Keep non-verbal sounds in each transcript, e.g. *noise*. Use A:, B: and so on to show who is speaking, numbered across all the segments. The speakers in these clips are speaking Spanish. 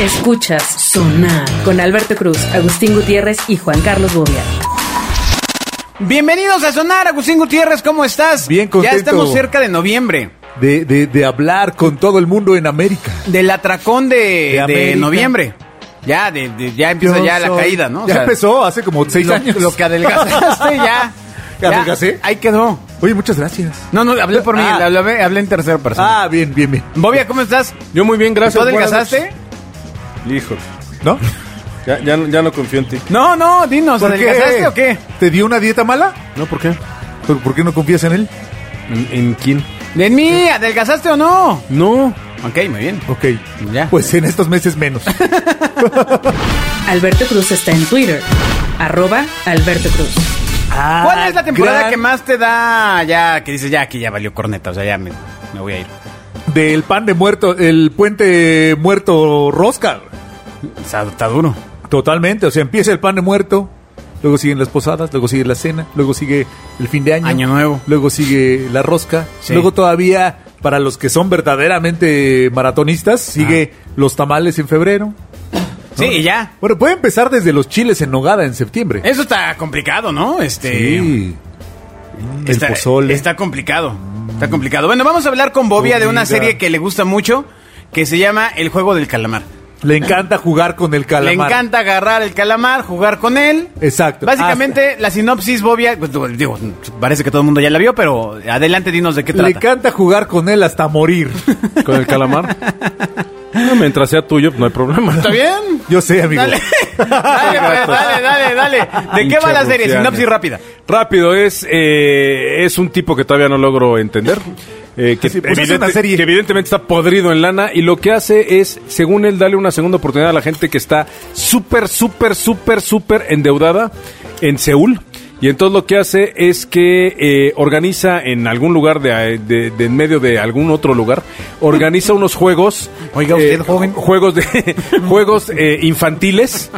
A: Escuchas Sonar con Alberto Cruz, Agustín Gutiérrez y Juan Carlos Bobia.
B: Bienvenidos a Sonar, Agustín Gutiérrez, ¿cómo estás?
C: Bien, contento.
B: Ya estamos cerca de noviembre,
C: de, de- de hablar con todo el mundo en América.
B: del atracón de,
C: De
B: de
C: América.
B: noviembre. Ya, de- de- ya empieza
C: Yo
B: ya la
C: soy-
B: caída, ¿no? O
C: ya
B: sea,
C: empezó hace como seis
B: lo,
C: años.
B: Lo que
C: *laughs*
B: adelgazaste ya.
C: ¿Que adelgacé?
B: Ahí quedó.
C: Oye, muchas gracias.
B: No, no, hablé por mí,
C: Ah.
B: hablé, hablé en tercera persona.
C: Ah, bien, bien, bien.
B: Bobia, ¿cómo estás?
D: Yo muy bien, gracias.
B: ¿Tú adelgazaste?
D: Hijo,
C: ¿No?
D: ya, ya, no- ya no confío en ti.
B: No, no, dinos,
C: ¿Por qué?
B: ¿adelgazaste o qué?
C: ¿Te dio una dieta mala?
D: ¿No por qué?
C: ¿Pero ¿Por qué no confías en él?
D: ¿En, en quién?
B: En mí, ¿adelgazaste o no?
D: No.
B: Ok, muy bien.
C: Ok.
B: Ya.
C: Pues en estos meses menos.
A: Alberto Cruz está en Twitter, arroba Alberto Cruz.
C: Ah,
B: *laughs* ¿Cuál es la temporada
C: gran-
B: que más te da ya, que dices, ya, aquí ya valió corneta, o sea, ya me, me voy a ir?
C: Del pan de muerto, el puente muerto rosca.
B: Está, está duro.
C: Totalmente. O sea, empieza el pan de muerto. Luego siguen las posadas, luego sigue la cena, luego sigue el fin de año.
B: Año Nuevo.
C: Luego sigue la rosca.
B: Sí.
C: Luego todavía, para los que son verdaderamente maratonistas, sigue los tamales en febrero.
B: Sí, y ya. Eh,
C: Bueno, puede empezar desde los chiles en nogada en septiembre.
B: Eso está complicado, ¿no? Este,
C: Sí. Mm,
B: está,
C: el pozole.
B: Está complicado. Está complicado. Bueno, vamos a hablar con Bobia de una
C: Comida.
B: serie que le gusta mucho, que se llama El Juego del Calamar.
C: Le encanta jugar con el calamar.
B: Le encanta agarrar el calamar, jugar con él.
C: Exacto.
B: Básicamente, la sinopsis, Bobia, pues, digo, parece que todo el mundo ya la vio, pero adelante, dinos de qué
C: Le
B: trata.
C: encanta jugar con él
B: *laughs*
C: hasta morir.
D: ¿Con el calamar? No, mientras sea tuyo, no hay problema.
B: ¿Está bien?
C: Yo sé, amigo. *laughs*
B: Dale, dale, pues, dale, dale, dale. ¿De qué va la serie?
D: Pinche
B: Sinopsis
D: rufianes.
B: rápida.
D: *laughs* Rápido, es, eh, es un tipo que todavía no logro entender. eh, que,
C: Sí, pues es
D: evidente-
C: una serie.
D: que evidentemente está podrido en lana y lo que hace es, según él, darle una segunda oportunidad a la gente que está súper, súper, súper, súper endeudada en Seúl. Y entonces lo que hace es que eh, organiza en algún lugar de, eh, de- de en medio de algún otro lugar, organiza unos juegos. eh,
B: Oiga usted, joven.
D: Juegos, de, *laughs* juegos eh, infantiles,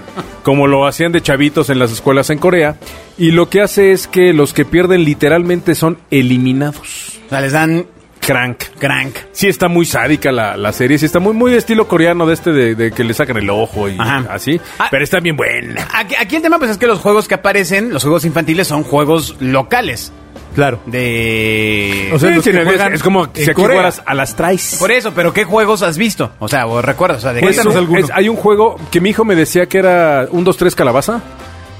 D: como lo hacían de chavitos en las escuelas en Corea. Y lo que hace es que los que pierden literalmente son eliminados.
B: O sea, les dan
D: Crank.
B: crank.
D: Sí está muy sádica la, la serie, sí está muy, muy estilo coreano de este de, de que le sacan el ojo y
B: Ajá.
D: así.
B: Ah.
D: Pero está bien buena.
B: Aquí, aquí el tema pues es que los juegos que aparecen, los juegos infantiles, son juegos locales.
C: Claro.
B: De...
C: O sea,
D: Sí,
C: los
D: sí,
C: que
D: es-
C: juegan
D: es como
C: en
D: si aquí
C: Corea.
D: jugaras a las trais.
B: por eso, pero ¿qué juegos has visto? O sea, o recuerdas, o sea, de
D: Es
C: Cuéntanos
D: un-
C: alguno.
D: es- hay un juego que mi hijo me decía que era un 2-3 calabaza.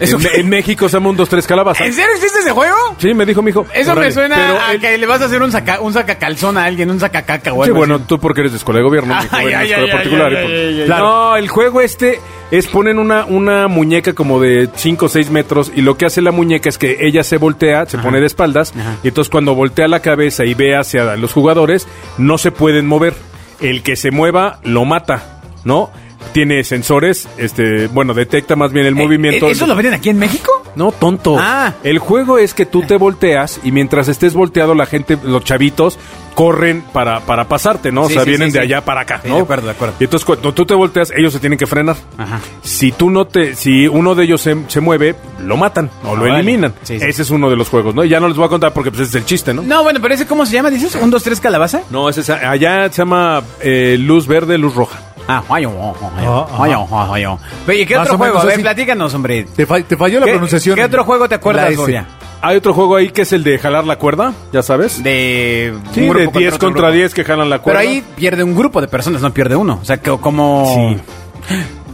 B: ¿Eso
D: en,
B: qué?
D: en México se llama un 2-3 calabaza.
B: ¿En serio existe ese juego?
D: Sí, me dijo mi hijo.
B: Eso
D: Órale.
B: me suena
D: Pero
B: a
D: él-
B: que le vas a hacer un, saca, un sacacalzón a alguien, un sacacaca o
D: Sí,
B: algo
D: bueno,
B: así.
D: tú porque eres de escuela de gobierno, mi hijo
B: Ay,
D: va en una
B: ay,
D: escuela
B: ay,
D: particular.
B: ay,
D: y por-
B: ay, ay, ay.
D: Claro. No, el juego este es ponen una, una muñeca como de 5 o 6 metros y lo que hace la muñeca es que ella se voltea, se pone de espaldas
B: Ajá.
D: y entonces cuando voltea la cabeza y ve hacia los jugadores, no se pueden mover. El que se mueva lo mata, ¿no? Tiene sensores, este, bueno, detecta más bien el
B: Eh,
D: movimiento.
B: eh, ¿Eso lo venden aquí en México?
D: No, tonto.
B: Ah.
D: El juego es que tú te volteas y mientras estés volteado la gente, los chavitos, corren para, para pasarte, ¿no?
B: Sí,
D: o sea,
B: sí,
D: vienen
B: sí,
D: de
B: sí.
D: allá para acá,
B: Sí,
D: ¿no?
B: de acuerdo, de acuerdo. Ah.
D: Y entonces cuando tú te volteas, ellos se tienen que frenar.
B: Ajá.
D: Si tú no te, si uno de ellos se, se mueve, lo matan o lo
B: Ah, vale.
D: eliminan.
B: Sí, sí.
D: Ese es uno de los juegos, ¿no? Y ya no les voy a contar porque pues, ese es el chiste, ¿no?
B: No, bueno, pero ese ¿cómo se llama? ¿Dices? ¿Un, dos, tres, calabaza?
D: No, ese es- allá se llama eh, luz verde, luz roja.
B: Ah, ay, oh, ay,
C: Ah,
B: oh, ay, oh, ay, oh. Oye, ¿qué
C: Más
B: otro
C: o
B: juego?
C: menos
B: A ver,
C: así.
B: platícanos, hombre.
C: Te, fa- te falló la
B: ¿Qué-
C: pronunciación.
B: ¿Qué otro juego te
C: La
B: acuerdas,
C: S.
B: Gloria?
D: Hay otro juego ahí que es el de jalar la cuerda, ya sabes.
B: De,
D: Sí,
B: un grupo
D: de 10
B: otro
D: contra
B: grupo.
D: 10 que jalan la
B: Pero
D: cuerda.
B: ahí pierde un grupo de personas, no pierde uno. O sea, que como...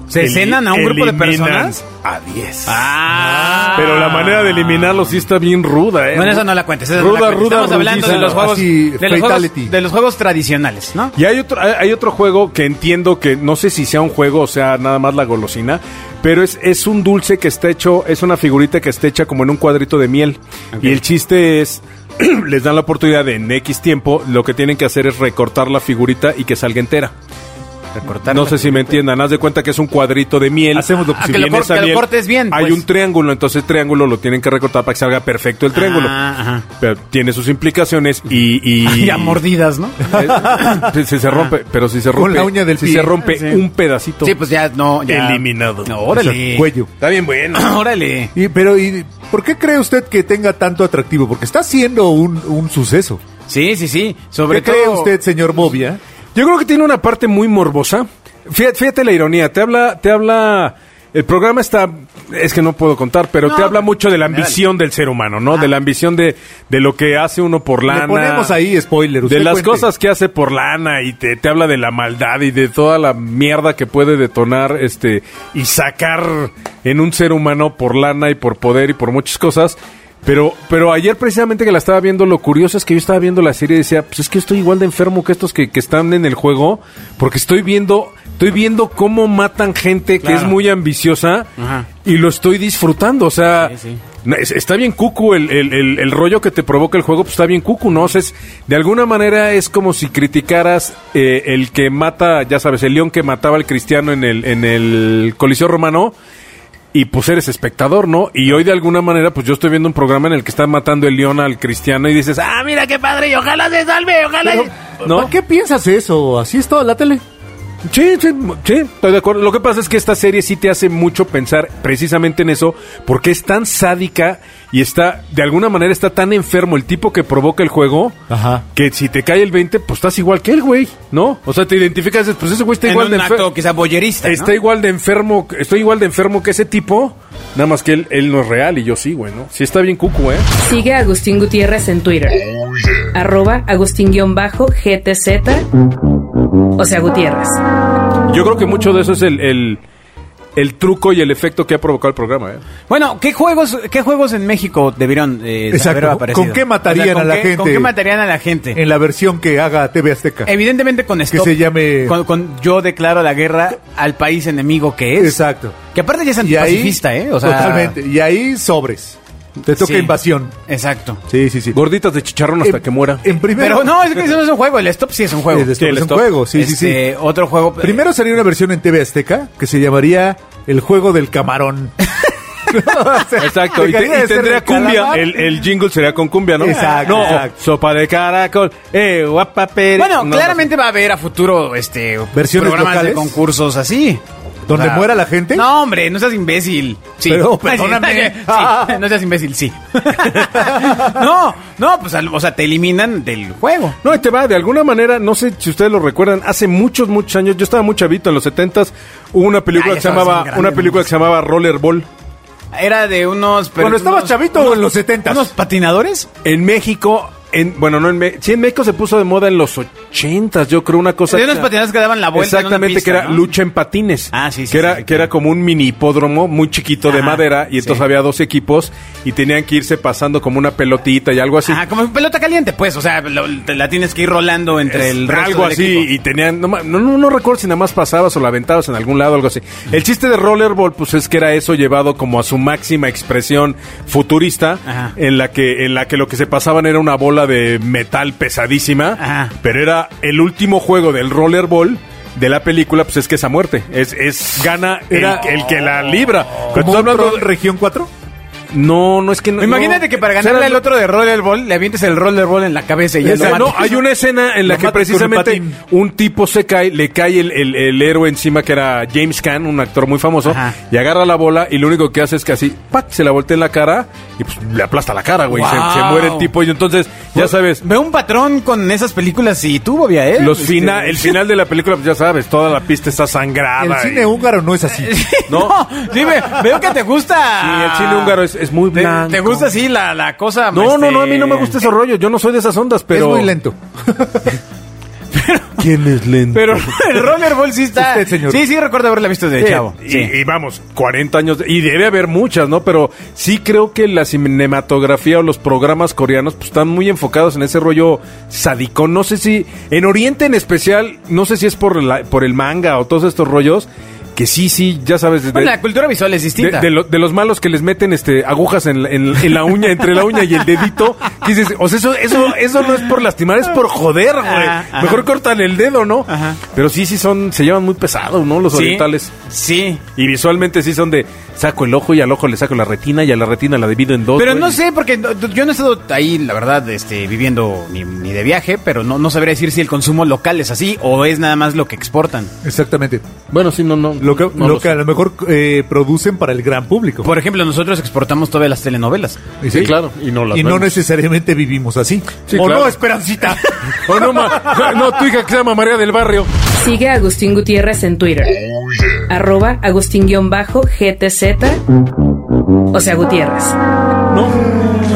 B: ¿Se
D: Eli-
B: cenan a un grupo de
D: eliminan
B: personas?
D: A 10.
B: Ah.
D: Pero la manera de eliminarlo sí está bien ruda, ¿eh?
B: Bueno, esa no la cuentes. esa no
D: Ruda,
B: la cuentes.
D: ruda,
B: Estamos hablando de
D: rudísima.
B: los, juegos, de,
C: Así,
B: los
C: fatality.
B: juegos, de los juegos tradicionales, ¿no?
D: Y hay otro, hay hay otro juego que entiendo que no sé si sea un juego o sea nada más la golosina, pero es, es un dulce que está hecho, es una figurita que está hecha como en un cuadrito de miel. Y el chiste es, *clears throat* les dan la oportunidad de en X tiempo, lo que tienen que hacer es recortar la figurita y que salga entera.
B: Recortar
D: no
B: la
D: sé si me entiendan, haz de cuenta que es un cuadrito de miel. Ah,
C: Hacemos lo
D: Y
C: posible.
B: que lo
D: en
B: cor-
D: esa
B: que lo
D: miel
B: cortes bien,
D: Hay
B: pues.
D: un triángulo, entonces el triángulo lo tienen que recortar para que salga perfecto el triángulo.
B: Ah, ajá.
D: Pero tiene sus implicaciones y... *laughs*
B: *laughs*
D: y-
B: Y a mordidas, ¿no?
D: Eh, si se rompe, pero si se
C: Con
D: rompe...
C: la uña del
D: si
C: pie.
D: se rompe
B: Sí.
D: un pedacito.
B: Sí, pues ya no. ya-
D: Eliminado.
B: No, órale.
C: O sea, cuello.
D: Está bien
B: *laughs*
D: bueno.
B: Órale.
C: Y, pero, ¿y por qué cree usted que tenga tanto atractivo? Porque está siendo un, un suceso.
B: Sí, sí, sí. Sobre
C: ¿Qué cree
B: todo-
C: usted, señor Bobia?
D: Yo creo que tiene una parte muy morbosa. Fíjate, fíjate la ironía, te habla, te habla. El programa está, es que no puedo contar, pero
B: No, pues, Ah.
D: te habla mucho de la
B: dale.
D: ambición del ser humano, ¿no? De la ambición de, de lo que hace uno por lana.
C: Le ponemos ahí spoiler. usted
D: de las
C: cuente.
D: cosas que hace por lana y te, te habla de la maldad y de toda la mierda que puede detonar este y sacar en un ser humano por lana y por poder y por muchas cosas. Pero, pero ayer precisamente que la estaba viendo, lo curioso es que yo estaba viendo la serie y decía, pues es que estoy igual de enfermo que estos que, que están en el juego, porque estoy viendo, estoy viendo cómo matan gente que
B: Claro.
D: es muy ambiciosa
B: Ajá.
D: y lo estoy disfrutando. O sea,
B: Sí, sí.
D: no, es- Está bien cucu el, el- el- el rollo que te provoca el juego, pues está bien cucu, ¿no? O sea, es- de alguna manera es como si criticaras eh, el que mata, ya sabes, el león que mataba al cristiano en el, en el Coliseo Romano. Y pues eres espectador, ¿no? Y hoy de alguna manera, pues yo estoy viendo un programa en el que está matando el león al cristiano y dices, ah, mira qué padre, y ojalá se salve, ojalá.
C: Pero,
D: se-". ¿No?
C: ¿Por qué piensas eso? Así es toda la tele.
D: Sí, sí, m- sí, estoy de acuerdo. Lo que pasa es que esta serie sí te hace mucho pensar precisamente en eso, porque es tan sádica y está, de alguna manera, está tan enfermo el tipo que provoca el juego,
C: Ajá.
D: que si te cae el 20, pues estás igual que él, güey, ¿no? O sea, te identificas, dices, pues ese güey está
B: En
D: igual
B: un
D: de enfermo.
B: acto quizá boyerista, ¿no?
D: Está igual de enfermo, estoy igual de enfermo que ese tipo, nada más que él, él no es real y yo sí, güey, ¿no? Sí está bien cucu, ¿eh?
A: Sigue a Agustín Gutiérrez en Twitter. Arroba Agustín-GTZ. O sea, Gutiérrez.
D: Yo creo que mucho de eso es el, el, el truco y el efecto que ha provocado el programa, ¿eh?
B: Bueno, ¿qué juegos, qué juegos en México debieron eh,
C: Exacto.
B: haber aparecido?
C: ¿Con qué matarían
B: ¿con
C: a la
B: qué-
C: gente?
B: ¿Con qué matarían a la gente?
C: En la versión que haga TV Azteca.
B: Eh, Evidentemente con Stop.
C: se llame-
B: Con, con Yo declaro la guerra al país enemigo que es.
C: Exacto.
B: Que aparte ya es
C: Y ahí-
B: antipacifista, ¿eh? O sea,
C: totalmente. Y ahí sobres. Te toca
B: sí.
C: invasión.
B: Exacto.
C: Sí, sí, sí.
D: Gorditas de chicharrón hasta
C: En-
D: que muera.
C: En primero,
B: Pero no, es que eso no es un juego. El Stop sí es un juego.
C: El
B: Sí,
C: Stop es un juego, sí, sí,
B: Este, Otro juego.
C: primero sería una versión en TV Azteca que se llamaría El juego
B: *laughs*
C: del camarón. O sea,
D: Exacto, y, te-
C: dejaría de
D: y
C: ser
D: tendría
C: el
D: cumbia.
C: calamar.
D: El, el jingle sería con cumbia, ¿no?
C: Exacto,
D: No,
C: exacto.
D: sopa de caracol, eh, guapa pere.
B: Bueno,
D: No,
B: claramente va a haber a futuro este
C: ¿Versiones
B: programas
C: locales?
B: de concursos así.
C: ¿Donde muera la gente?
B: No, hombre, no seas imbécil. Sí.
C: Pero,
B: *laughs* Ah, sí,
C: perdóname. *laughs* Ah.
B: sí, sí, *laughs* no seas imbécil, sí. no, no, pues al- o sea, te eliminan del juego.
D: No, ahí te va, de alguna manera, no sé si ustedes lo recuerdan, hace muchos, muchos años, yo estaba muy chavito, en los 70s, hubo una película
B: Ay,
D: que se
B: estabas
D: llamaba,
B: bien grande,
D: una película que se llamaba Rollerball.
B: Era de unos pero
C: Cuando estabas
B: unos-
C: chavito
B: unos-
C: en los 70.
B: unos patinadores.
D: En México, en, bueno, no en México, sí, en México se puso de moda en los 80s, yo creo, una cosa.
B: de unos patinadores que daban la vuelta. en una
D: Exactamente,
B: pista,
D: que era
B: ¿no?
D: lucha en patines.
B: Ah, sí, sí,
D: Que era,
B: sí, sí,
D: que era como un mini hipódromo muy chiquito de
B: Ajá,
D: madera y entonces
B: sí.
D: había dos equipos y tenían que irse pasando como una pelotita y algo así.
B: Ajá, Ah, como pelota caliente, pues, o sea, lo- te la tienes que ir rolando entre
D: Es
B: el resto
D: algo
B: del
D: así
B: equipo.
D: y tenían no, ma- no no no recuerdo si nada más pasabas o la aventabas en algún lado algo así el chiste de rollerball pues es que era eso llevado como a su máxima expresión futurista
B: Ajá.
D: en la que en la que lo que se pasaban era una bola de metal pesadísima
B: Ajá.
D: pero era el último juego del rollerball de la película pues es que es a muerte es es gana el-
C: Era-
D: el, que la libra Pero
C: ¿Como
D: estoy
C: un
D: hablando
C: Tron
D: de-
C: región 4?
D: no no es que no,
B: Imagínate
D: no.
B: que para
D: O sea,
B: ganarle
D: era
B: al
D: lo-
B: otro de rollerball, le avientes el rollerball en la cabeza y ya
D: O sea,
B: lo
D: no,
B: matas. *laughs*
D: hay una escena en la
C: Lo
D: que
C: matan
D: precisamente
C: con un
D: un tipo se cae, le cae el, el- el héroe encima que era James Caan, un actor muy famoso,
B: Ajá.
D: y agarra la bola y lo único que hace es que así, ¡pac! se la voltea en la cara y pues le aplasta la cara, güey. Se-
B: Wow. Pues,
D: Se, muere el tipo y entonces, ya sabes,
B: Veo un patrón con esas películas y tú, Bobia, ¿eh?
D: los
B: Este, *laughs*
D: fina, el final de la película, pues ya sabes, toda la pista está sangrada.
C: el
D: y-
C: cine húngaro no es
D: *laughs*
C: así.
B: *laughs*
D: No.
B: No, dime, veo que te gusta.
D: Sí, el cine húngaro es- es muy
B: Te-
D: blanco.
B: Te, gusta, sí, la, la cosa.
D: No,
B: este,
D: no, no, a mí no me gusta ese rollo, yo no soy de esas ondas, pero...
C: Es muy lento.
D: ¿Quién es lento? *laughs*
B: Pero el rollerball sí está.
C: Usted, señor.
B: Sí, sí, recuerdo haberla visto de
D: Sí,
B: chavo.
D: Eh, Y,
B: Sí.
D: y vamos, 40 años. de- Y debe haber muchas, ¿no? Pero sí creo que la cinematografía o los programas coreanos pues, están muy enfocados en ese rollo sadicón. No sé si. En Oriente en especial, no sé si es por, la- por el manga o todos estos rollos. Que sí, sí, ya sabes. desde-
B: Bueno, la cultura visual es
D: de,
B: distinta.
D: de lo- de los malos que les meten este agujas en, la- en- en la uña, entre la uña y el dedito. que dices, o sea, eso, eso, eso no es por lastimar, es por joder, güey.
B: Ajá, ajá.
D: Mejor cortan el dedo, ¿no?
B: Ajá.
D: Pero sí, sí son, se llevan muy pesados, ¿no? Los
B: Sí,
D: orientales.
B: Sí.
D: Y visualmente sí son de, saco el ojo y al ojo le saco la retina y a la retina la divido en dos.
B: Pero
D: güey.
B: no sé, porque no- yo no he estado ahí, la verdad, este, viviendo ni, ni de viaje, pero no, no sabría decir si el consumo local es así o es nada más lo que exportan.
C: Exactamente.
D: Bueno, sí, no, no.
C: Lo que,
D: no
C: lo
D: lo
C: que a
D: sé.
C: lo mejor eh, producen para el gran público.
B: Por ejemplo, nosotros exportamos todavía las telenovelas.
D: Sí, claro, y no las
C: Y no
D: vemos.
C: necesariamente vivimos así.
D: Sí,
C: o
D: claro.
C: no,
D: *laughs*
C: Esperancita.
D: Oh, no, *laughs* ma- no, tu hija que se llama María del Barrio.
A: Sigue a Agustín Gutiérrez en Twitter. Arroba Agustín-GTZ. O sea, Gutiérrez.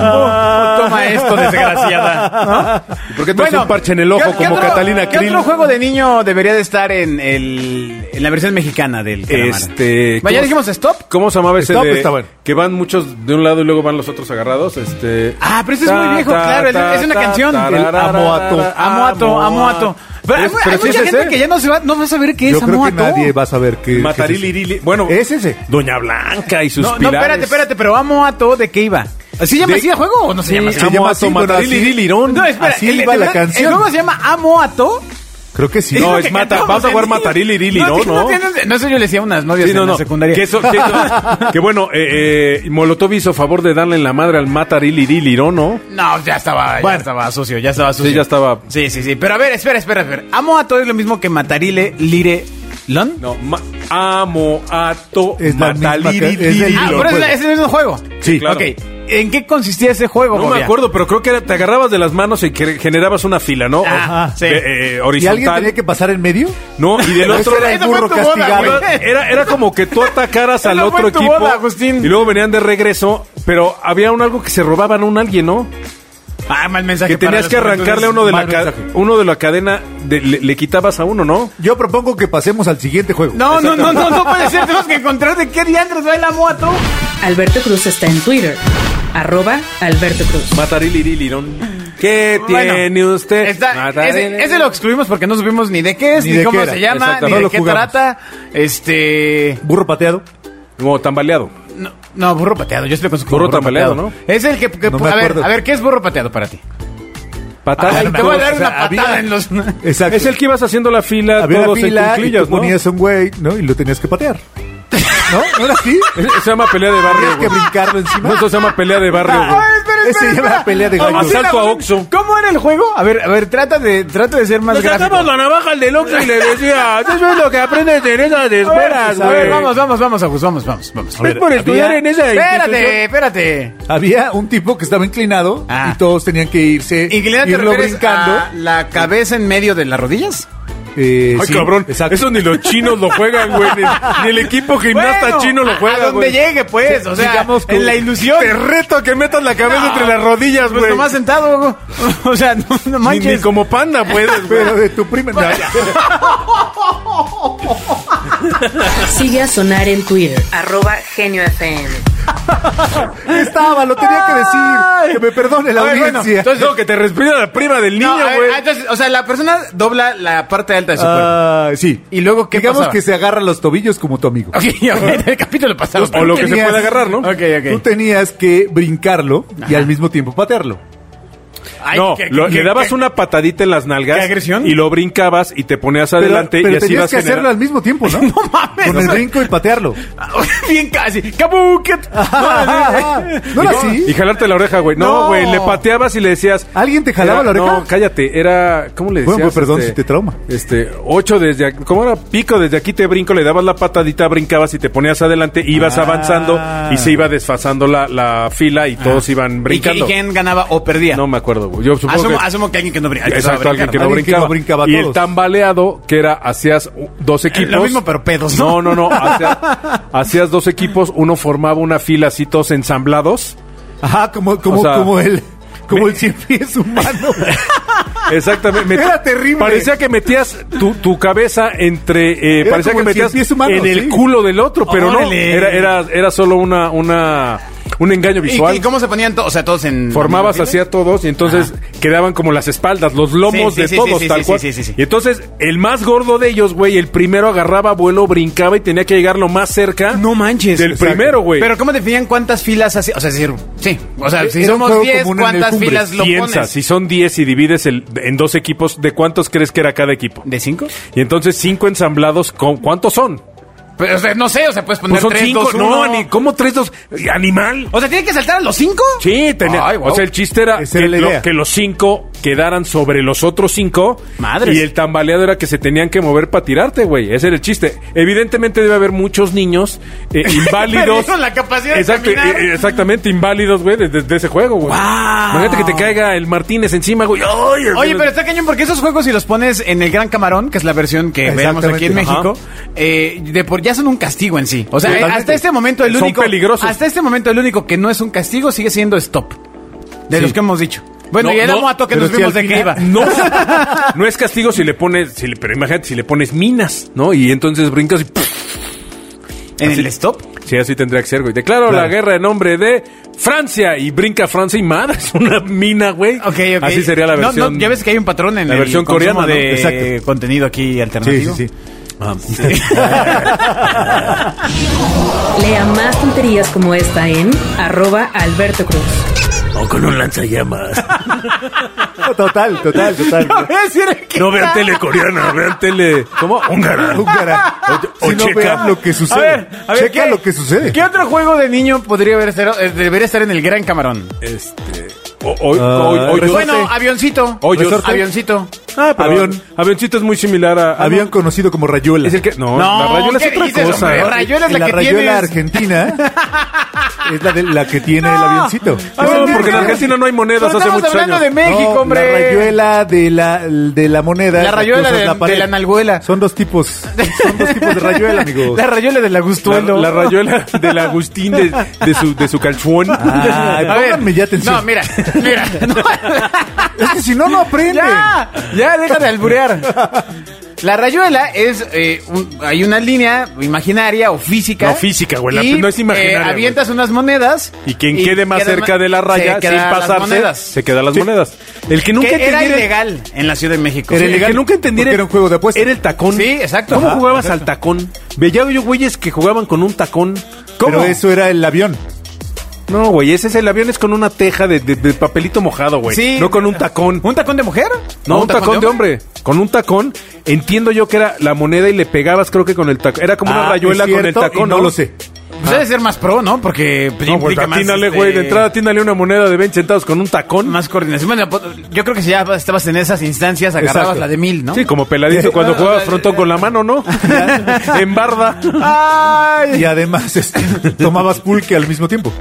D: Ah.
B: Toma esto, desgraciada.
D: ¿Por qué traes
B: Bueno,
D: un parche en el ojo
B: ¿qué- qué
D: como
B: otro-
D: Catalina
B: ¿Qué
D: Krill?
B: otro juego de niño debería de estar en, el, en la versión mexicana del calamar?
D: Este,
B: Bueno, ya
D: ¿cómo-
B: dijimos stop.
D: ¿Cómo se llamaba ese
C: Stop,
D: de-
C: está bueno.
D: que van muchos de un lado y luego van los otros agarrados? Este
B: Ah, pero ese es muy viejo, claro, es- es una canción. El
C: Amoato.
B: Amoato, Amoato. Pero hay,
D: Es-
B: hay
D: pero sí
B: mucha
D: es
B: gente
D: ese.
B: que ya no se va, no va a saber qué
C: *laughs* Yo
B: es
C: creo que
B: Amoato.
C: nadie va a saber qué, qué es eso.
D: Matarilirili. Bueno,
C: Es ese.
D: Doña Blanca y sus
B: No, no, espérate, espérate, pero Amoato, ¿de qué iba? ¿Así llama
D: De-
B: así el juego o no se
D: Sí,
B: llama así?
C: Se llama así, bueno, así-
D: Matariliriliron.
B: No, espera,
C: así
B: el,
C: iba
B: el-
C: la
B: el
C: canción.
B: juego se llama Amoato.
C: Creo que sí.
D: No,
B: lo
D: es
B: que
D: mata-
B: cantamos
D: vas a
B: en
D: jugar
B: niños.
D: Matarilirili, ¿no?
B: tiene-
D: ¿no?
B: tiene- no sé, yo le decía a unas novias
D: Sí, no,
B: en
D: no.
B: la secundaria.
D: Que, eso-
C: *laughs*
D: que eso- que bueno, eh, eh, Molotov hizo favor de darle en la madre al Matariliriliron, ¿no?
B: No, ya estaba, ya
C: Bueno.
B: estaba sucio, ya estaba sucio.
D: Sí, ya estaba.
B: Sí, sí, sí. Pero a ver, espera, espera, espera. Amoato es lo mismo que Matarile, Lire, Lon.
D: No, ma- amo, ato,
C: Es la misma ca- es el-
D: matariliriliron.
B: Ah,
C: lo
B: pero es,
C: juego.
B: la- es el mismo juego.
D: Sí, claro.
B: Ok. ¿En qué consistía ese juego,
D: No me
B: Bobia?
D: acuerdo, pero creo que era- te agarrabas de las manos y cre- generabas una fila, ¿no?
B: Ajá, sí.
D: Eh, eh,
C: *laughs* ¿Y alguien
D: horizontal.
C: tenía que pasar en medio?
D: No, y
C: *laughs*
D: del
C: Ese
D: otro
C: era el
B: Esa fue
C: burro
B: tu boda,
C: castigado.
B: güey.
D: Era, era como que tú
C: *laughs*
D: atacaras al
B: Esa fue
D: otro
B: tu
D: equipo
B: boda, Agustín.
D: y luego venían de regreso, pero había un algo que se robaban a un alguien, ¿no?
B: Ah, mal mensaje.
D: Que tenías
B: para
D: que
B: los
D: arrancarle a
B: juventudes.
D: uno de la,
C: mal
D: ca-
C: mensaje.
D: uno de la cadena, de- le, le quitabas a uno, ¿no?
C: Yo propongo que pasemos al siguiente juego.
B: No, no, no, no, no puede ser. Tenemos que encontrar de qué diantres va el Amoato.
A: Alberto Cruz está en Twitter. Arroba Alberto Cruz.
D: Matariliriliron. ¿Qué
B: Ah. Bueno,
D: tiene usted?
B: Está, ese,
D: Matariliriliron.
B: ese lo excluimos porque no supimos ni de qué es,
C: Ah, Ni
B: ni,
C: de
B: cómo
C: qué era,
B: se llama,
D: exacto.
B: ni
D: No
B: de
C: lo
B: qué
C: jugamos.
B: trata. Este.
C: Burro pateado.
D: Como tambaleado.
B: No, no, burro pateado. Yo estoy con su
D: Burro tambaleado,
B: ¿no? Es el que. que-
C: No me
B: a, ver,
C: acuerdo.
B: a ver, ¿qué es burro pateado para ti?
D: Patada.
B: Ay,
D: y
B: Ah, te voy a
D: todo.
B: dar
C: o sea,
B: una patada
C: había-
B: en
C: *laughs*
B: los.
C: Exacto.
D: Es el que ibas haciendo la fila,
C: Había una
D: todos en
C: fila y
D: cuclillas,
C: tú
D: ¿no?
C: ponías un güey, ¿no? Y lo tenías que patear. ¿No? ¿No era así?
D: Ese Se llama pelea de barrio.
C: Tenías que
D: güey.
C: brincarlo encima.
D: No, eso se llama pelea de barrio,
B: Ah,
D: güey.
B: oye, espera,
C: Ese
B: espera,
C: lleva
B: espera.
C: pelea de gallos.
B: Ah,
D: Asalto
B: la-
D: a Oxxo.
B: ¿Cómo era el juego? A ver, a ver, trata de, trata de ser más
D: Le
B: gráfico.
D: sacamos la navaja al del Oxxo y le decía, eso es lo que aprendes en esas
B: A ver, pues,
D: escuelas,
B: a ver,
D: güey.
B: vamos, vamos, vamos, Agus, vamos, vamos, vamos.
C: A ver,
D: Es por estudiar
C: había-
D: en esa
B: Espérate,
D: institución.
B: espérate.
C: Había un tipo que estaba inclinado
B: Ah.
C: y todos tenían que irse,
B: Inclinate,
C: irlo brincando.
B: la cabeza en medio de las rodillas?
C: Eh,
D: Ah. Ay,
C: sí,
D: cabrón,
C: exacto.
D: eso ni los chinos lo juegan, güey. Ni, ni el equipo gimnasta
B: Bueno,
D: chino lo
B: A
D: juega,
B: donde
D: güey.
B: llegue, pues, o sea,
C: Digamos que-
B: en la ilusión.
D: Te reto a que metas la cabeza
B: No,
D: entre las rodillas,
B: Pues
D: güey.
B: nomás sentado, Hugo. *laughs* O sea, no, no
D: Ni- ni,
B: manches.
D: como panda
B: *laughs*
D: puedes, güey.
C: Pero de tu prima. no, ya.
A: Sigue a Sonar en Twitter. Arroba Genio FM.
C: estaba, lo tenía que
B: Ay.
C: decir. Que me perdone la
B: A ver, bueno,
C: audiencia.
D: Entonces, no, que te respira la prima del
B: No,
D: niño,
B: a ver,
D: güey.
B: ah, entonces, o sea, la persona dobla la parte alta de su cuerpo.
C: Ah, sí.
B: ¿Y luego qué
C: Digamos
B: pasaba?
C: que se agarra los tobillos como tu amigo.
B: *laughs* Ok, ok, del capítulo pasado.
D: o lo que se
C: tenías-
D: puede agarrar, ¿no?
B: Ok,
C: Tú
B: ok.
C: tenías que brincarlo y al mismo tiempo patearlo.
B: Ay,
D: no,
B: qué-
D: lo-
B: qué-
D: le dabas
B: qué- *laughs*
D: una patadita en las nalgas.
B: ¿Qué agresión?
D: Y lo brincabas y te ponías
C: Pero-
D: adelante
C: pero
D: y así
C: tenías
D: ibas
C: que hacerlo
D: generando-
C: al mismo tiempo, ¿no?
B: No mames,
C: Con
B: o
C: el
B: sea-
C: brinco y patearlo.
B: Oh, Bien casi. ¡Cabuquet!
D: Ah,
C: *laughs* ¿No era
D: Y
C: así?
D: Y jalarte la oreja, güey.
B: No.
D: No, güey, le pateabas y le decías.
C: ¿Alguien te jalaba
D: era-
C: la oreja?
D: No, cállate, era. ¿Cómo le decías?
C: Bueno, pues, perdón si te trauma.
D: Este, ocho desde aquí. ¿Cómo era? Pico, desde aquí te brinco, le dabas la patadita, brincabas y te ponías adelante, ibas
C: Ah.
D: avanzando y se iba desfasando la, la fila y todos iban
B: ¿Y, qué- y
D: brincando.
B: quién ganaba o perdía?
D: No me acuerdo, güey. Yo supongo
B: asumo,
D: que.
B: asumo que alguien que no brinca.
D: Exacto, alguien que no
C: Alguien que
D: brincaba.
C: no brincaba
D: y el
C: todos.
D: tambaleado, que era, hacías uh, dos equipos.
B: Lo mismo, pero pedos,
D: No,
B: ¿no?
D: no, no.
C: *laughs*
D: Hacías, hacías dos equipos, uno formaba una fila así, todos ensamblados.
C: Ajá, como, como,
D: O sea,
C: como el, como el cien pies humano.
D: Exactamente. Meti-
C: *laughs* Era terrible.
D: Parecía que metías tu, tu cabeza entre. eh,
C: Era
D: parecía que
C: como el
D: metías
C: cien pies humano,
D: en el
C: sí.
D: culo del otro, pero no.
B: Órale.
D: Era, era, era solo una, una, un engaño
B: ¿Y-
D: visual.
B: ¿Y, cómo se ponían todos? O sea, todos en.
D: Formabas así
B: hacia
D: a todos y entonces quedaban como las espaldas, los lomos
B: Sí, sí,
D: de
B: sí,
D: todos,
B: sí, sí,
D: tal
B: sí,
D: cual.
B: sí, sí, sí.
D: Y entonces el más gordo de ellos, güey, el primero agarraba vuelo, brincaba y tenía que llegar lo más cerca.
B: No manches.
D: Del primero, güey. Eh,
B: Pero ¿cómo definían cuántas filas así? O sea, es decir, sí. O sea, si
C: Era un
B: somos
C: juego
B: 10,
C: como una
B: ¿cuántas
C: cumbre.
B: filas lo
D: Piensa,
B: pones?
D: si son 10 y divides el, en dos equipos, ¿de cuántos crees que era cada equipo?
B: ¿De 5?
D: Y entonces cinco ensamblados, ¿con ¿cuántos son?
B: Pero, Pues, o sea, no sé, o sea, puedes poner
D: Pues son
B: tres,
D: cinco,
B: dos,
D: no,
B: uno.
D: ni, ¿cómo tres, dos? ¿Animal?
B: O sea, ¿tiene que saltar a los cinco?
D: Sí, tenía,
B: Ay, wow.
D: o sea, el chiste era,
C: Esa
D: que,
C: era la
D: lo-
C: idea.
D: que los cinco quedaran sobre los otros cinco.
B: Madres.
D: Y el tambaleado era que se tenían que mover para tirarte, güey. Ese era el chiste. Evidentemente debe haber muchos niños
B: *laughs*
D: eh, inválidos.
B: Perdieron la capacidad de caminar.
D: eh, exactamente, inválidos, güey, desde ese juego, güey.
B: Guau.
D: Imagínate que te caiga el Martínez encima, güey. Ay,
B: Oye, pero está cañón porque esos juegos si los pones en el Gran Camarón, que es la versión que veamos aquí en
C: Exactamente.
B: México, eh, de por ya son un castigo en sí. O sea, eh,
D: Totalmente.
B: hasta este momento el
D: Son
B: único
D: peligrosos.
B: hasta este momento el único que no es un castigo sigue siendo Stop. De
D: Sí.
B: los que hemos dicho. Bueno,
D: No,
B: y el
D: no,
B: Moato que
C: pero
B: nos
C: si
B: vimos
C: al
B: de que iba.
C: final-
D: No,
B: *laughs*
D: no es castigo si le pones, si le- pero imagínate si le pones minas, ¿no? Y entonces brincas y ¡puf!
B: En el
D: Así-
B: Stop.
D: Sí, así tendría que ser, güey. Declaro la
C: Claro.
D: guerra en nombre de Francia y brinca Francia y madre, *laughs* es una mina, güey.
B: Ok, ok.
D: Así sería la
B: No,
D: versión.
B: No, ya ves que hay un patrón en
D: la
B: el
D: versión
B: consumo
D: coreana, ¿no?
B: de
C: Exacto.
B: contenido aquí
C: Sí,
B: alternativo.
C: sí, sí.
D: Ah. *laughs*
A: Lea más tonterías como esta en arroba Alberto Cruz.
E: O con un lanzallamas.
C: Total, total,
D: *laughs*
C: total.
E: No vean tele coreana, vean tele.
D: ¿Cómo?
C: *laughs*
E: húngara.
C: Húngara.
E: O
C: Si no
E: checa.
C: vean lo que sucede. checa
B: ¿qué-
C: lo que sucede.
B: ¿Qué otro juego de niño podría haber ser, eh, debería estar en el Gran Camarón?
D: Este. o- o-
C: Ah,
D: o- o-
C: resorte.
B: Bueno, avioncito.
D: Hoyos.
B: Resorte. avioncito.
D: Ah, pero
C: avión.
D: Avioncito es muy similar a.
C: Habían conocido como rayuela.
D: Es el que. No,
B: No,
D: la rayuela
B: ¿qué
D: es otra
B: dices,
D: cosa.
B: hombre? Rayuela es la que
C: rayuela
B: tienes.
C: argentina es la, de, la que tiene el avioncito.
D: A ver, porque en Argentina no hay monedas
B: Pero
D: hace
B: estamos
D: muchos
B: hablando
D: años.
B: de México,
C: No,
B: hombre.
C: La rayuela de la, de la moneda.
B: La
C: es
B: rayuela
C: cosa,
B: de-
C: es
B: de
C: pared.
B: la nalguela.
C: Son dos tipos. Son dos tipos de rayuela, amigos.
B: La rayuela del
D: La,
B: Agustuelo.
D: la rayuela del Agustín de, de su, de su calzón. *laughs*
C: Ah,
B: A ver,
C: pónganme ya atención.
B: No, mira, mira. no,
C: Es que si no, no aprenden.
B: ya, ya, deja de alburear. La rayuela es, eh, un- hay una línea imaginaria o física.
D: No, física, güey, la-
B: Y,
D: no es imaginaria,
B: eh, avientas unas monedas.
D: Y quien quede más
B: queda
D: cerca
B: ma-
D: de la raya
B: se
D: sin
B: quedan las
D: pasarse,
B: monedas.
D: se quedan las monedas. El que nunca
B: que era
D: entendiera-
B: ilegal en la Ciudad de México.
D: Sí,
C: Era
D: el
C: ilegal.
D: que nunca entendiera
C: Porque era un juego de apuestas.
D: Era el tacón.
B: Sí, exacto.
D: ¿Cómo
B: Ajá,
D: jugabas al tacón? Veía yo güeyes que jugaban con un tacón.
C: Pero eso era el avión.
D: No, güey, ese es el avión es con una teja de, de- de papelito mojado, güey.
B: Sí.
D: No con un tacón.
B: ¿Un tacón de mujer?
D: No, un, tacón, de hombre. Con un tacón, entiendo yo que era la moneda y le pegabas, creo que con el tacón. Era como una
C: Ah,
D: rayuela
C: es
D: con el
C: cierto, y
D: tacón.
C: no lo sé.
B: Pues debe ser más pro, ¿no? Porque pues,
D: Ah. No, pues
B: implica más,
D: atínale,
B: este,
D: güey. De entrada, atínale una moneda de 20 centavos con un tacón.
B: Más coordinación. Bueno, po- yo creo que si ya estabas en esas instancias, agarrabas
C: Exacto.
B: la de mil, ¿no?
D: Sí, como peladito cuando
B: No,
D: jugabas
B: no,
D: frontón con la mano, ¿no? en barda.
C: Y además *laughs* este, tomabas pulque al mismo tiempo.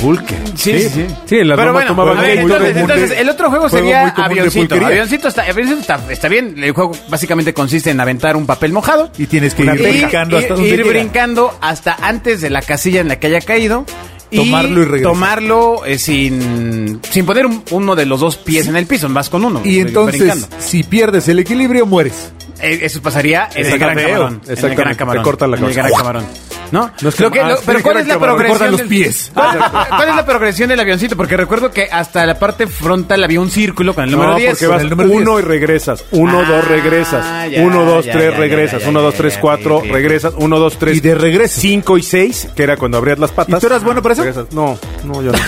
D: Pulque.
B: Sí, sí, sí.
D: Sí, en las
B: Pero
D: mamás
B: bueno,
D: tomaban
B: a ver,
D: muy
B: entonces,
D: común
B: entonces,
C: de-
B: el otro juego,
C: juego
B: sería
C: muy común de
B: avioncito.
C: pulquería.
B: Avioncito, está, avioncito está, está bien. El juego básicamente consiste en aventar un papel mojado.
C: Y tienes que
B: Una
C: ir
B: teja.
C: brincando
B: ir-
C: hasta donde
B: ir
C: llega.
B: brincando hasta antes de la casilla en la que haya caído.
C: Tomarlo y regresar.
B: Tomarlo eh, sin, sin poner un- uno de los dos pies en el piso, vas con uno.
C: Y entonces,
B: brincando.
C: si pierdes el equilibrio, mueres.
B: Eh, Eso pasaría en el
D: Está
B: Gran
D: feo.
B: Camarón. En el
D: Exactamente,
B: Gran Camarón.
D: te cortan la
B: en el
D: cabeza.
B: Gran Camarón. ¿No?
D: No es que
B: Lo que-
D: más,
B: lo-
D: es
B: pero
D: el
B: ¿cuál
D: Gran
B: es la
D: Camarón,
B: progresión?
C: cortan los
B: del-
C: pies.
B: ¿Cuál, *laughs* cuál es la progresión del avioncito? Porque recuerdo que hasta la parte frontal había un círculo con el número
D: No,
B: 10.
D: porque
C: con
D: vas
C: el número
D: uno y regresas, uno,
B: Ah,
D: dos, regresas,
B: ya,
D: uno, dos,
B: ya,
D: tres,
B: ya,
D: regresas,
B: ya, ya,
D: uno, dos,
B: ya,
D: tres,
B: ya,
D: cuatro,
B: ya, ya.
D: regresas, uno, dos, tres.
C: Y de regreso.
D: Cinco y seis, que era cuando abrías las patas.
C: ¿Y tú eras bueno para eso?
D: Regresas. No, no, yo no.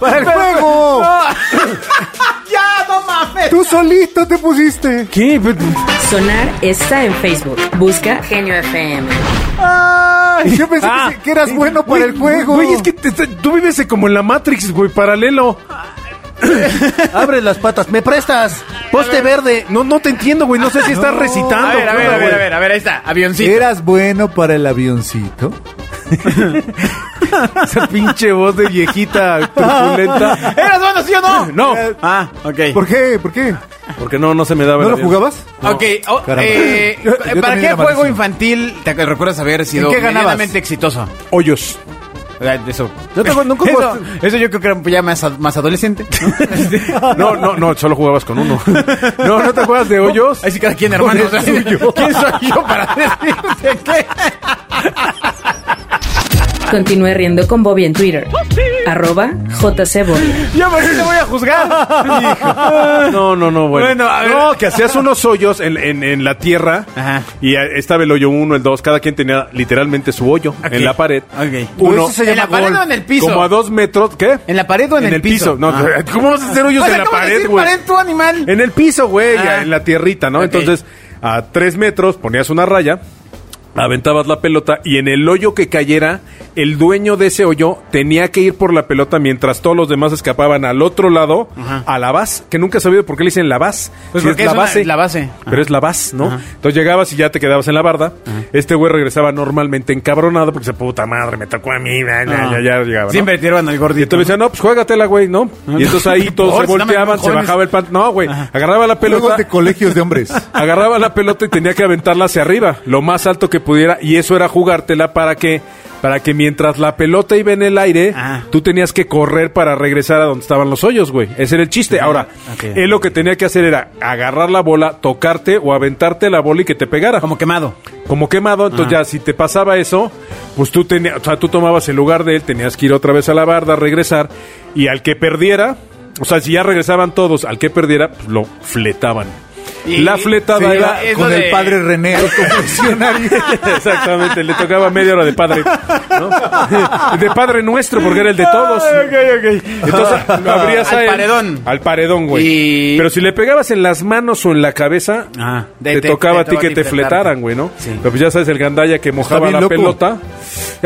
C: ¡Para *laughs* el juego!
B: ¡Ya, Ah, no mames!
C: ¡Tú solito te pusiste!
D: ¿Qué?
A: Sonar está en Facebook. Busca Genio FM.
C: Ay, yo pensé
B: Ah.
C: que, que eras bueno para
D: Güey,
C: el juego.
D: Güey, es que te- te- tú vives como en la Matrix, güey, paralelo.
E: Abre las patas, me prestas.
D: Poste verde. No, no te entiendo, güey. No sé
B: *laughs*
D: si estás
C: No.
D: recitando.
B: A ver, a
D: ¿qué
B: ver,
D: onda,
B: a ver,
D: güey?
B: a ver, a ver, ahí está. Avioncito.
C: ¿Eras bueno para el avioncito?
D: Esa pinche voz de viejita truculenta.
B: *laughs* ¿Eras bueno, sí o no?
D: No.
B: Ah, ok.
C: ¿Por qué? ¿Por qué?
D: Porque no, no se me daba
C: ¿No
D: el
C: lo
D: avión.
C: jugabas?
B: Ok, oh,
C: Caramba.
B: eh,
C: Yo- yo
B: ¿para
C: también
B: qué
C: era
B: juego
C: malísimo.
B: infantil te recuerdas haber sido
C: qué ganabas?
B: medianamente exitoso?
D: Hoyos.
B: Ah, Eso.
C: Yo tampoco-
B: *laughs*
C: nunca
B: eso,
C: jugaste.
B: eso yo creo que era ya más, ad- más adolescente. *laughs*
D: No, no, no, solo jugabas con uno. *laughs* No, no te juegas de hoyos.
B: Ahí sí cada quien, hermano. o sea, ¿Quién soy yo
D: *laughs*
B: para decirte qué?
A: Continúe riendo con Bobby en Twitter. Arroba JC Bobby.
B: Yo por qué te
D: *laughs*
B: voy a juzgar.
D: No, no, no, bueno.
B: Bueno, a ver.
D: No, que hacías unos hoyos en, en- en la tierra.
B: Ajá.
D: Y a- estaba el hoyo uno, el dos. Cada quien tenía literalmente su hoyo
B: Ok.
D: en la pared.
B: Ok.
D: Uno,
B: Eso se llama ¿En la pared gol. o en el piso?
D: Como a dos metros. ¿Qué?
B: ¿En la pared o en,
D: En el piso. No,
B: Ah.
D: ¿Cómo vas a hacer hoyos
B: O sea,
D: en la
B: ¿cómo
D: pared,
B: decir
D: güey? Eh,
B: pared tú, animal?
D: En el piso, güey,
B: Ah.
D: en la tierrita, ¿no?
B: Ok.
D: Entonces, a tres metros ponías una raya. aventabas la pelota y en el hoyo que cayera, el dueño de ese hoyo tenía que ir por la pelota mientras todos los demás escapaban al otro lado,
B: Ajá.
D: a la base, que nunca he sabido por qué le dicen la base.
B: Pues
D: si
B: porque es una- la base.
D: Pero es la base, ¿no?
B: Ajá.
D: Entonces llegabas y ya te quedabas en la barda. Este güey regresaba normalmente encabronado porque se puta madre, me tocó a mí, ya, ya, ya, ya llegaba. ¿no?
B: Ah. Siempre tiraban al
D: Y
B: gordito.
D: entonces decían, no, pues juégatela, güey, ¿no? Y entonces ahí
B: *laughs*
D: todos
B: Por,
D: se
B: si no me
D: volteaban, se
B: jóvenes.
D: bajaba el pan. No, güey,
B: Ajá.
D: agarraba la
C: Juegos
D: pelota
C: de colegios de hombres.
D: agarraba la pelota y tenía que aventarla hacia arriba, lo más alto que pudiera, y eso era jugártela para que, para que mientras la pelota iba en el aire,
B: Ah.
D: tú tenías que correr para regresar a donde estaban los hoyos, güey. Ese era el chiste. Ahora,
B: ok.
D: él lo que tenía que hacer era agarrar la bola, tocarte o aventarte la bola y que te pegara.
B: Como quemado.
D: Como quemado, entonces
B: Ajá.
D: ya si te pasaba eso, pues tú tenías, o sea, tú tomabas el lugar de él, tenías que ir otra vez a la barda, regresar, y al que perdiera, o sea, si ya regresaban todos, al que perdiera, pues lo fletaban.
B: Y-
D: la fletada
B: Sí,
D: era
B: es lo
C: Con
B: de-
C: el padre René, confesionario.
D: Exactamente, le tocaba media hora de padre. ¿no? *laughs* De padre nuestro, porque era el de todos.
B: Ah,
D: Entonces
B: *laughs*
D: lo abrías
B: Al
D: a él-
B: paredón.
D: Al paredón, güey.
B: Y-
D: Pero si le pegabas en las manos o en la cabeza,
B: Ah,
D: te,
B: de- te-
D: tocaba a
B: te
D: ti
B: tocaba
D: que
B: a ti
D: te
B: fletarte.
D: fletaran, güey, ¿no?
B: Sí.
D: Pero pues ya sabes, el gandalla que mojaba
C: bien
D: la
C: loco.
D: pelota.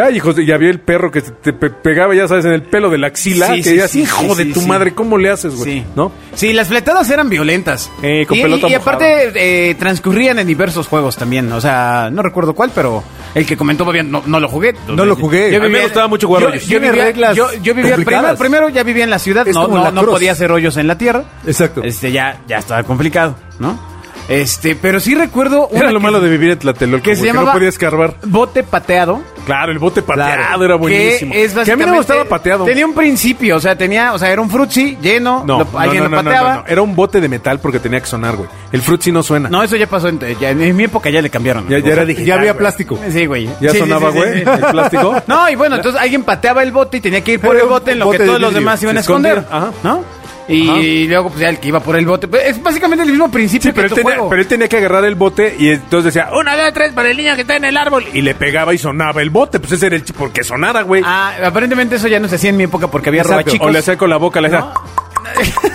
D: Ay, hijos, de- y había el perro que te, te pe- pegaba, ya sabes, en el pelo de la axila.
B: Sí,
D: que
B: sí,
D: decías,
B: sí,
D: hijo
B: sí,
D: de tu
B: sí.
D: madre, ¿cómo le haces, güey?
B: Sí.
D: ¿No?
B: Sí, las fletadas eran violentas.
D: Eh, con
B: y,
D: pelota
B: y- y
D: mojada.
B: aparte eh, transcurrían en diversos juegos también. O sea, no recuerdo cuál, pero el que comentó bien, no, no lo jugué.
C: No lo jugué.
D: A mí me gustaba mucho jugar hoyos.
B: Yo,
C: Tiene
B: vivía,
C: reglas
B: yo, yo vivía primero,
C: complicadas.
B: primero ya vivía en la ciudad,
C: Es
B: no,
C: como
B: no,
C: la
B: no
C: cross.
B: podía hacer hoyos en la tierra.
C: Exacto.
B: Este ya, ya estaba complicado, ¿no? Este, pero sí recuerdo una
D: *laughs* Era lo
B: que-
D: malo de vivir en Tlatelolco,
B: que
D: güey,
B: se
D: que no
B: llamaba
D: podías carbar.
B: bote pateado.
D: Claro, el bote pateado
C: Claro.
D: era buenísimo.
B: Que, es
D: Que a mí
B: básicamente-
D: no me gustaba pateado.
B: Tenía un principio, o sea, tenía, o sea, era un frutzi lleno,
D: No,
B: lo-
D: no,
B: alguien
D: no,
B: lo
D: no, no,
B: pateaba.
D: no, no. Era un bote de metal porque tenía que sonar, güey. El frutzi no suena.
B: No, eso ya pasó. En, ya- en mi época ya le cambiaron.
D: Ya- ya *laughs* era digital,
C: Ya había
D: güey.
C: plástico.
B: Sí, güey.
D: Ya
B: Sí, sí,
D: sonaba,
B: sí,
D: güey,
B: sí, sí.
D: el plástico.
B: *laughs* No, y bueno, entonces alguien pateaba el bote y tenía que ir por
C: Era
B: el
C: un
B: bote en lo que
C: bote de
B: todos los
C: vidrio.
B: demás se iban a
D: Se escondía,
B: esconder.
D: ajá.
B: ¿No? Y,
D: Ajá.
B: luego, pues ya el que iba por el bote. Pues, es básicamente el mismo principio
D: Sí, pero
B: que
D: él,
B: tu
D: tenía,
B: juego.
D: pero él tenía que agarrar el bote y entonces decía, una, dos, tres, para el niño que está en el árbol. Y le pegaba y sonaba el bote. Pues ese era el chip, porque sonara, güey.
B: Ah, aparentemente eso ya no se hacía en mi época porque había
D: Exacto.
B: roba chicos.
D: O le hacía con la boca, le hacía,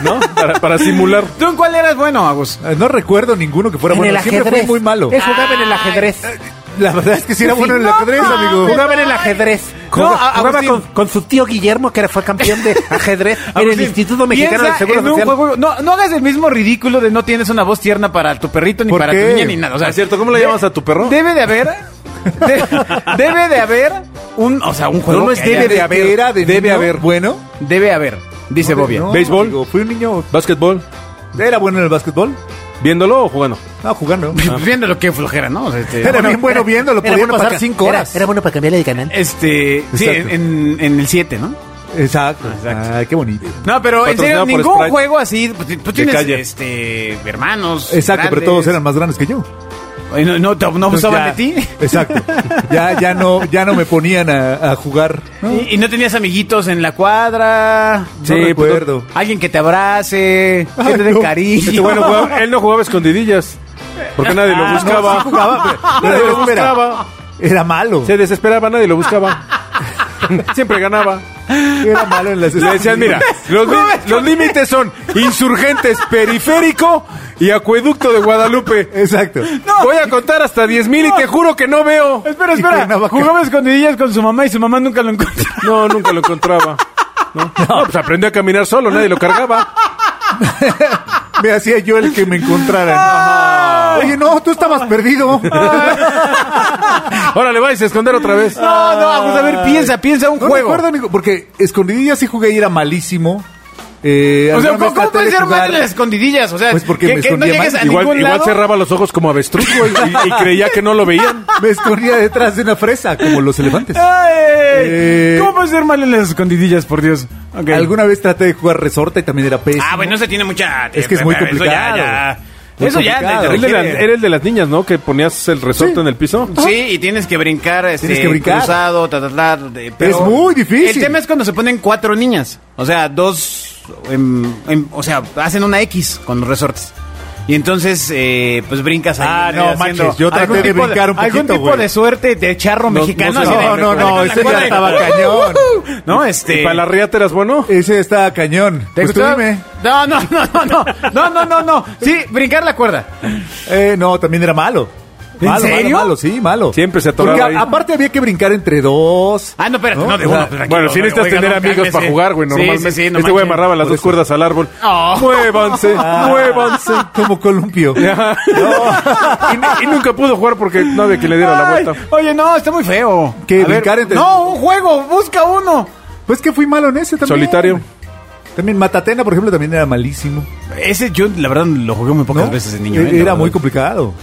D: ¿no? Para,
B: *laughs*
D: para simular.
B: ¿Tú en cuál eras bueno, Agus?
C: Eh, No recuerdo ninguno que fuera bueno. Siempre fui muy malo.
E: Él jugaba en el ajedrez.
B: Ah,
C: La verdad es que sí era bueno en el
E: No
C: ajedrez,
E: mames.
C: amigo.
E: Jugaba en el ajedrez.
B: No,
E: Jugaba-
B: a-
E: jugaba
B: Agustín.
E: con, con su tío Guillermo, que era- fue campeón
B: *laughs*
E: de ajedrez en el
B: Agustín,
E: Instituto Mexicano del
B: piensa
E: Seguro
B: en un
E: Social.
B: juego- no, no hagas el mismo ridículo de no tienes una voz tierna para tu perrito ni
C: ¿Por
B: para
C: qué?
B: tu niña ni nada. O sea,
D: Ah, cierto, ¿cómo le
B: de-
D: llamas a tu perro?
B: Debe de haber. de- debe de haber un. O sea, un juego.
C: No, no es
B: que
C: debe
B: haya-
C: de haber. Era de
D: Debe
C: niño
D: haber.
C: Bueno.
B: Debe haber. Dice Bobia.
C: No,
D: ¿Béisbol?
C: amigo, Fui un niño.
D: Básquetbol.
C: ¿Era bueno en el básquetbol?
D: ¿Viéndolo o jugando?
C: No,
B: *laughs*
C: jugando.
B: Pues *laughs* viendo lo que flojera, ¿no? O sea, este,
C: Era bien bueno viéndolo.
E: Era
C: Podía
E: bueno para
C: pasar
E: ca-
C: cinco
E: era-
C: horas.
E: Era, bueno para cambiarle de canal.
B: Este. Sí,
C: Exacto.
B: en, en el 7, ¿no?
C: Exacto.
B: Exacto.
C: Ay, qué bonito.
B: No, pero en serio,
D: Patrocinado por
B: ningún
D: Sprite.
B: juego así. pues, Tú tienes
D: calle.
B: este, hermanos.
C: Exacto, pero
B: grandes.
C: todos eran más grandes que yo.
B: Ay, No, no, te- no
C: Entonces,
B: abusaban
C: ya-
B: de ti.
C: Exacto. Ya, ya no, ya no me ponían a, a jugar. No,
B: Y, y no tenías amiguitos en la cuadra.
C: No recuerdo.
B: Alguien que te abrace, que
C: Ay,
B: te dé
C: no.
D: Este
B: cariño.
D: güey no jugaba- él no jugaba escondidillas. Porque nadie lo
C: Ah, no, sí
D: buscaba.
C: jugaba, pero- pero
D: Nadie lo
C: espera.
D: buscaba.
C: Era malo.
D: Se desesperaba, nadie lo buscaba. *laughs* Siempre ganaba.
C: Era malo
B: *laughs*
C: en las
D: Le decían, mira, los, lí- los límites son insurgentes, periférico y acueducto de Guadalupe.
C: Exacto.
D: Voy a contar hasta 10.000 mil y te juro que no veo.
B: Espera,
C: Y Cuernavaca.
B: espera. Jugaba escondidillas con su mamá y su mamá nunca lo encontró.
D: No, nunca lo encontraba. No, No, pues aprendió a caminar solo, nadie lo cargaba.
C: Me hacía yo el que me encontraran. Oye, no, tú estabas perdido.
D: Ahora le vais a esconder otra vez.
B: No, *laughs* no, vamos a ver, piensa, piensa un
C: No
B: juego.
C: recuerdo, amigo, porque escondidillas sí jugué y era malísimo. Eh,
B: O sea,
C: alguna
B: ¿cómo,
C: vez
B: cómo
C: traté
B: puedes
C: de
B: ser
C: jugar-
B: mal en las escondidillas? O sea,
C: Pues porque
B: que,
C: me
B: que no
C: escondía
B: llegues
C: mal.
B: a
D: Igual,
B: ningún
D: igual
B: lado.
D: cerraba los ojos como avestruz, güey, y, y creía que no lo veían.
C: Me escondía detrás de una fresa, como los elefantes.
B: ¡Ay!
C: Eh.
B: ¿Cómo puedes ser mal en las escondidillas, por Dios? Ok.
C: Alguna vez traté de jugar resorte y también era pésimo.
B: Ah, bueno, se tiene mucha...
C: Es que es muy
B: eso ya-
C: complicado.
B: ya-
C: Muy
B: Eso ya...
C: complicado.
B: te- te
D: Era el, de la-
B: requiere-
D: era el de las niñas, ¿no? Que ponías el resorte en el piso.
B: Sí, y tienes que brincar, este,
C: Tienes que brincar.
B: cruzado, ta, ta, ta, de- pero-
C: Es muy difícil.
B: El tema es cuando se ponen cuatro niñas, o sea, dos, em, em, o sea, hacen una X con los resortes. Y entonces, eh, pues brincas ahí.
C: Ah,
B: eh,
C: no,
B: haciendo
C: manches, yo traté
B: algún
C: de
B: tipo
C: brincar un
B: Algún
C: poquito,
B: tipo
C: güey.
B: de suerte de charro
D: No,
B: mexicano.
D: no,
B: así de-
C: no, no, no,
B: con la
C: ese ya
B: cuerda. *laughs*
C: estaba cañón.
B: No, este... Eh,
D: ¿Y para la riata eras bueno?
C: Ese estaba cañón.
B: ¿Te
C: Pues tú
B: gustaba?
C: dime.
B: No, no, no, no, no, no, no, no, no. Sí, brincar la cuerda.
C: Eh, no, también era malo.
B: ¿En
C: Malo,
B: serio?
C: malo, malo, sí, malo.
D: Siempre se atoraba
C: Porque a-
D: ahí.
C: aparte había que brincar entre dos.
B: Ah, no, espérate, no, de
C: O
B: uno.
C: sea,
B: pues, tranquilo,
D: bueno, si necesitas
B: oiga,
D: tener
B: no,
D: amigos
B: cálmese.
D: para jugar, güey,
B: Sí,
D: normalmente.
B: sí, sí, no
D: este güey
B: manches.
D: amarraba las dos cuerdas al árbol.
B: Oh. Ah. *laughs*
D: Muévanse, muévanse.
C: Ah, Como columpio.
D: *laughs* Ya. Y ni- y, nunca pudo jugar porque no había quien le diera la
B: Ay,
D: vuelta.
B: Oye, no, está muy feo.
C: ¿Qué,
B: A ver,
C: brincar entre-
B: No, un juego, busca uno.
C: Pues que fui malo en ese también.
D: Solitario.
C: También Matatena, por ejemplo, también era malísimo.
B: Ese yo, la verdad, lo jugué muy pocas
C: ¿no?
B: veces de niño.
C: E-
B: eh, la
C: Era
B: verdad.
C: muy complicado.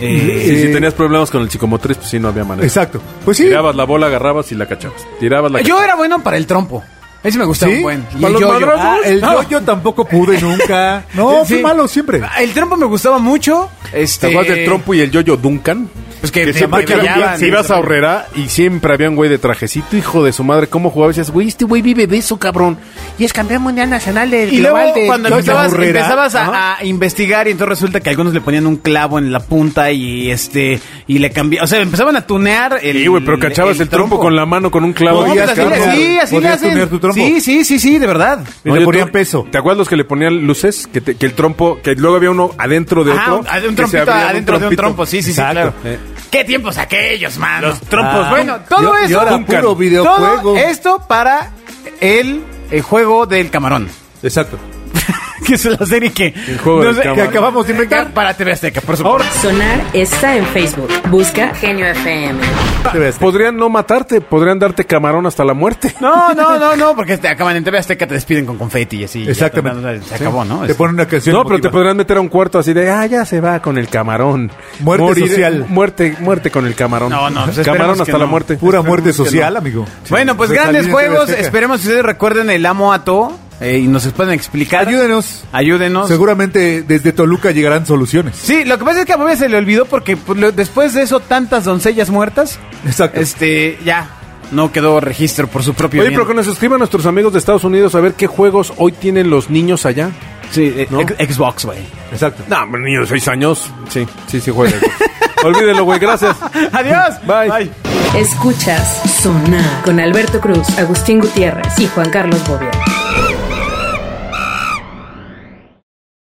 B: Eh,
D: Y si tenías problemas con el psicomotriz, pues sí, no había manera.
C: Exacto. Pues sí.
D: Tirabas la bola, agarrabas y la cachabas. Tirabas la
B: Yo era bueno para el trompo. Ese me gustaba
C: ¿Sí?
B: un buen. Y
C: ¿Para
B: el
C: los
B: yo-yo.
C: madrazos?
B: Ah,
C: el
B: no.
C: yo-yo tampoco *laughs* pude nunca. No,
B: Sí. Ah,
C: fui malo siempre.
B: El trompo me gustaba mucho. Este...
D: ¿Te acuerdas del trompo y el yoyo Duncan?
B: Pues que,
D: Que
B: te
D: siempre que
B: brillaban.
D: si ibas a Horrera y siempre había un güey de trajecito, hijo de su madre, ¿cómo jugaba? Y Decías, güey, este güey vive de eso, cabrón.
E: Y es campeón mundial nacional de
B: Y luego
E: global de-
B: cuando
C: Yo
B: empezabas,
C: de Herrera,
B: empezabas
C: ajá.
B: a, a investigar y entonces resulta que algunos le ponían un clavo en la punta y este y le cambiaban, o sea, empezaban a tunear el
D: Sí, güey, pero cachabas el, trompo. con la mano con un
B: No,
D: clavo.
B: pues
C: Podías
B: así le-
C: cambiar.
B: sí, así le
C: Podías
B: hacen.
C: tunear tu trompo.
B: Sí, sí, sí, sí, de verdad.
C: Y le
D: Oye,
C: ponían
D: ¿tú-
C: peso.
D: ¿Te acuerdas los que le ponían luces? Que, te- que el trompo, que luego había uno adentro de
B: Ajá,
D: otro.
B: un
D: que se
B: trompito
D: abría Ah, un
B: Ah, adentro de un
D: trompito. Eh,
B: trompo, sí, sí, sí,
C: Exacto.
B: claro. ¿Qué tiempos aquellos, mano? Los
D: Pues
C: trompos.
B: bueno,
C: Ah,
B: todo
C: yo-
B: eso.
C: yo era
B: Duncan.
C: puro videojuego.
B: Todo esto para el, el juego del camarón.
C: Exacto.
B: Que es la serie que,
D: El juego del
B: que
D: camarón.
B: acabamos de inventar. Para TV Azteca, por supuesto.
A: Sonar está en Facebook. Busca Genio FM.
C: Te ves.
D: Podrían no matarte, podrían darte camarón hasta la muerte.
B: No, no, no, no, porque te acaban en TV Azteca, te despiden con confeti y así.
C: Exactamente.
B: Ya, Se acabó, ¿no? Este,
C: Te ponen una canción.
D: no, pero te
C: emotiva.
D: podrían meter a un cuarto así de, ah, ya se va con el camarón.
C: Muerte social.
D: Muerte, muerte con el camarón.
B: No, no, pues esperemos
D: camarón
B: que
D: hasta
B: no.
D: la muerte.
C: Pura muerte social, amigo.
B: Bueno, pues
C: Sí.
B: grandes
C: Salí de TV
B: juegos.
C: Azteca.
B: Esperemos que ustedes recuerden el amo ato eh, y nos puedan explicar.
C: Ayúdenos.
B: Ayúdenos.
C: Seguramente desde Toluca llegarán soluciones.
B: Sí, lo que pasa es que a Bobia se le olvidó porque pues, lo- después de eso tantas doncellas muertas,
C: Exacto.
B: este, ya no quedó registro por su propio
D: Oye,
B: bien.
D: pero que nos escriban nuestros amigos de Estados Unidos a ver qué juegos hoy tienen los niños allá.
B: Sí, eh,
D: ¿no?
B: ex- Xbox, güey.
C: Exacto.
D: No, hombre, niño de 6 años. Sí, sí, sí *laughs* juega. Olvídelo, güey, gracias.
B: Adiós.
D: Bye.
A: Escuchas Sonar con Alberto Cruz, Agustín Gutiérrez y Juan Carlos Bobia.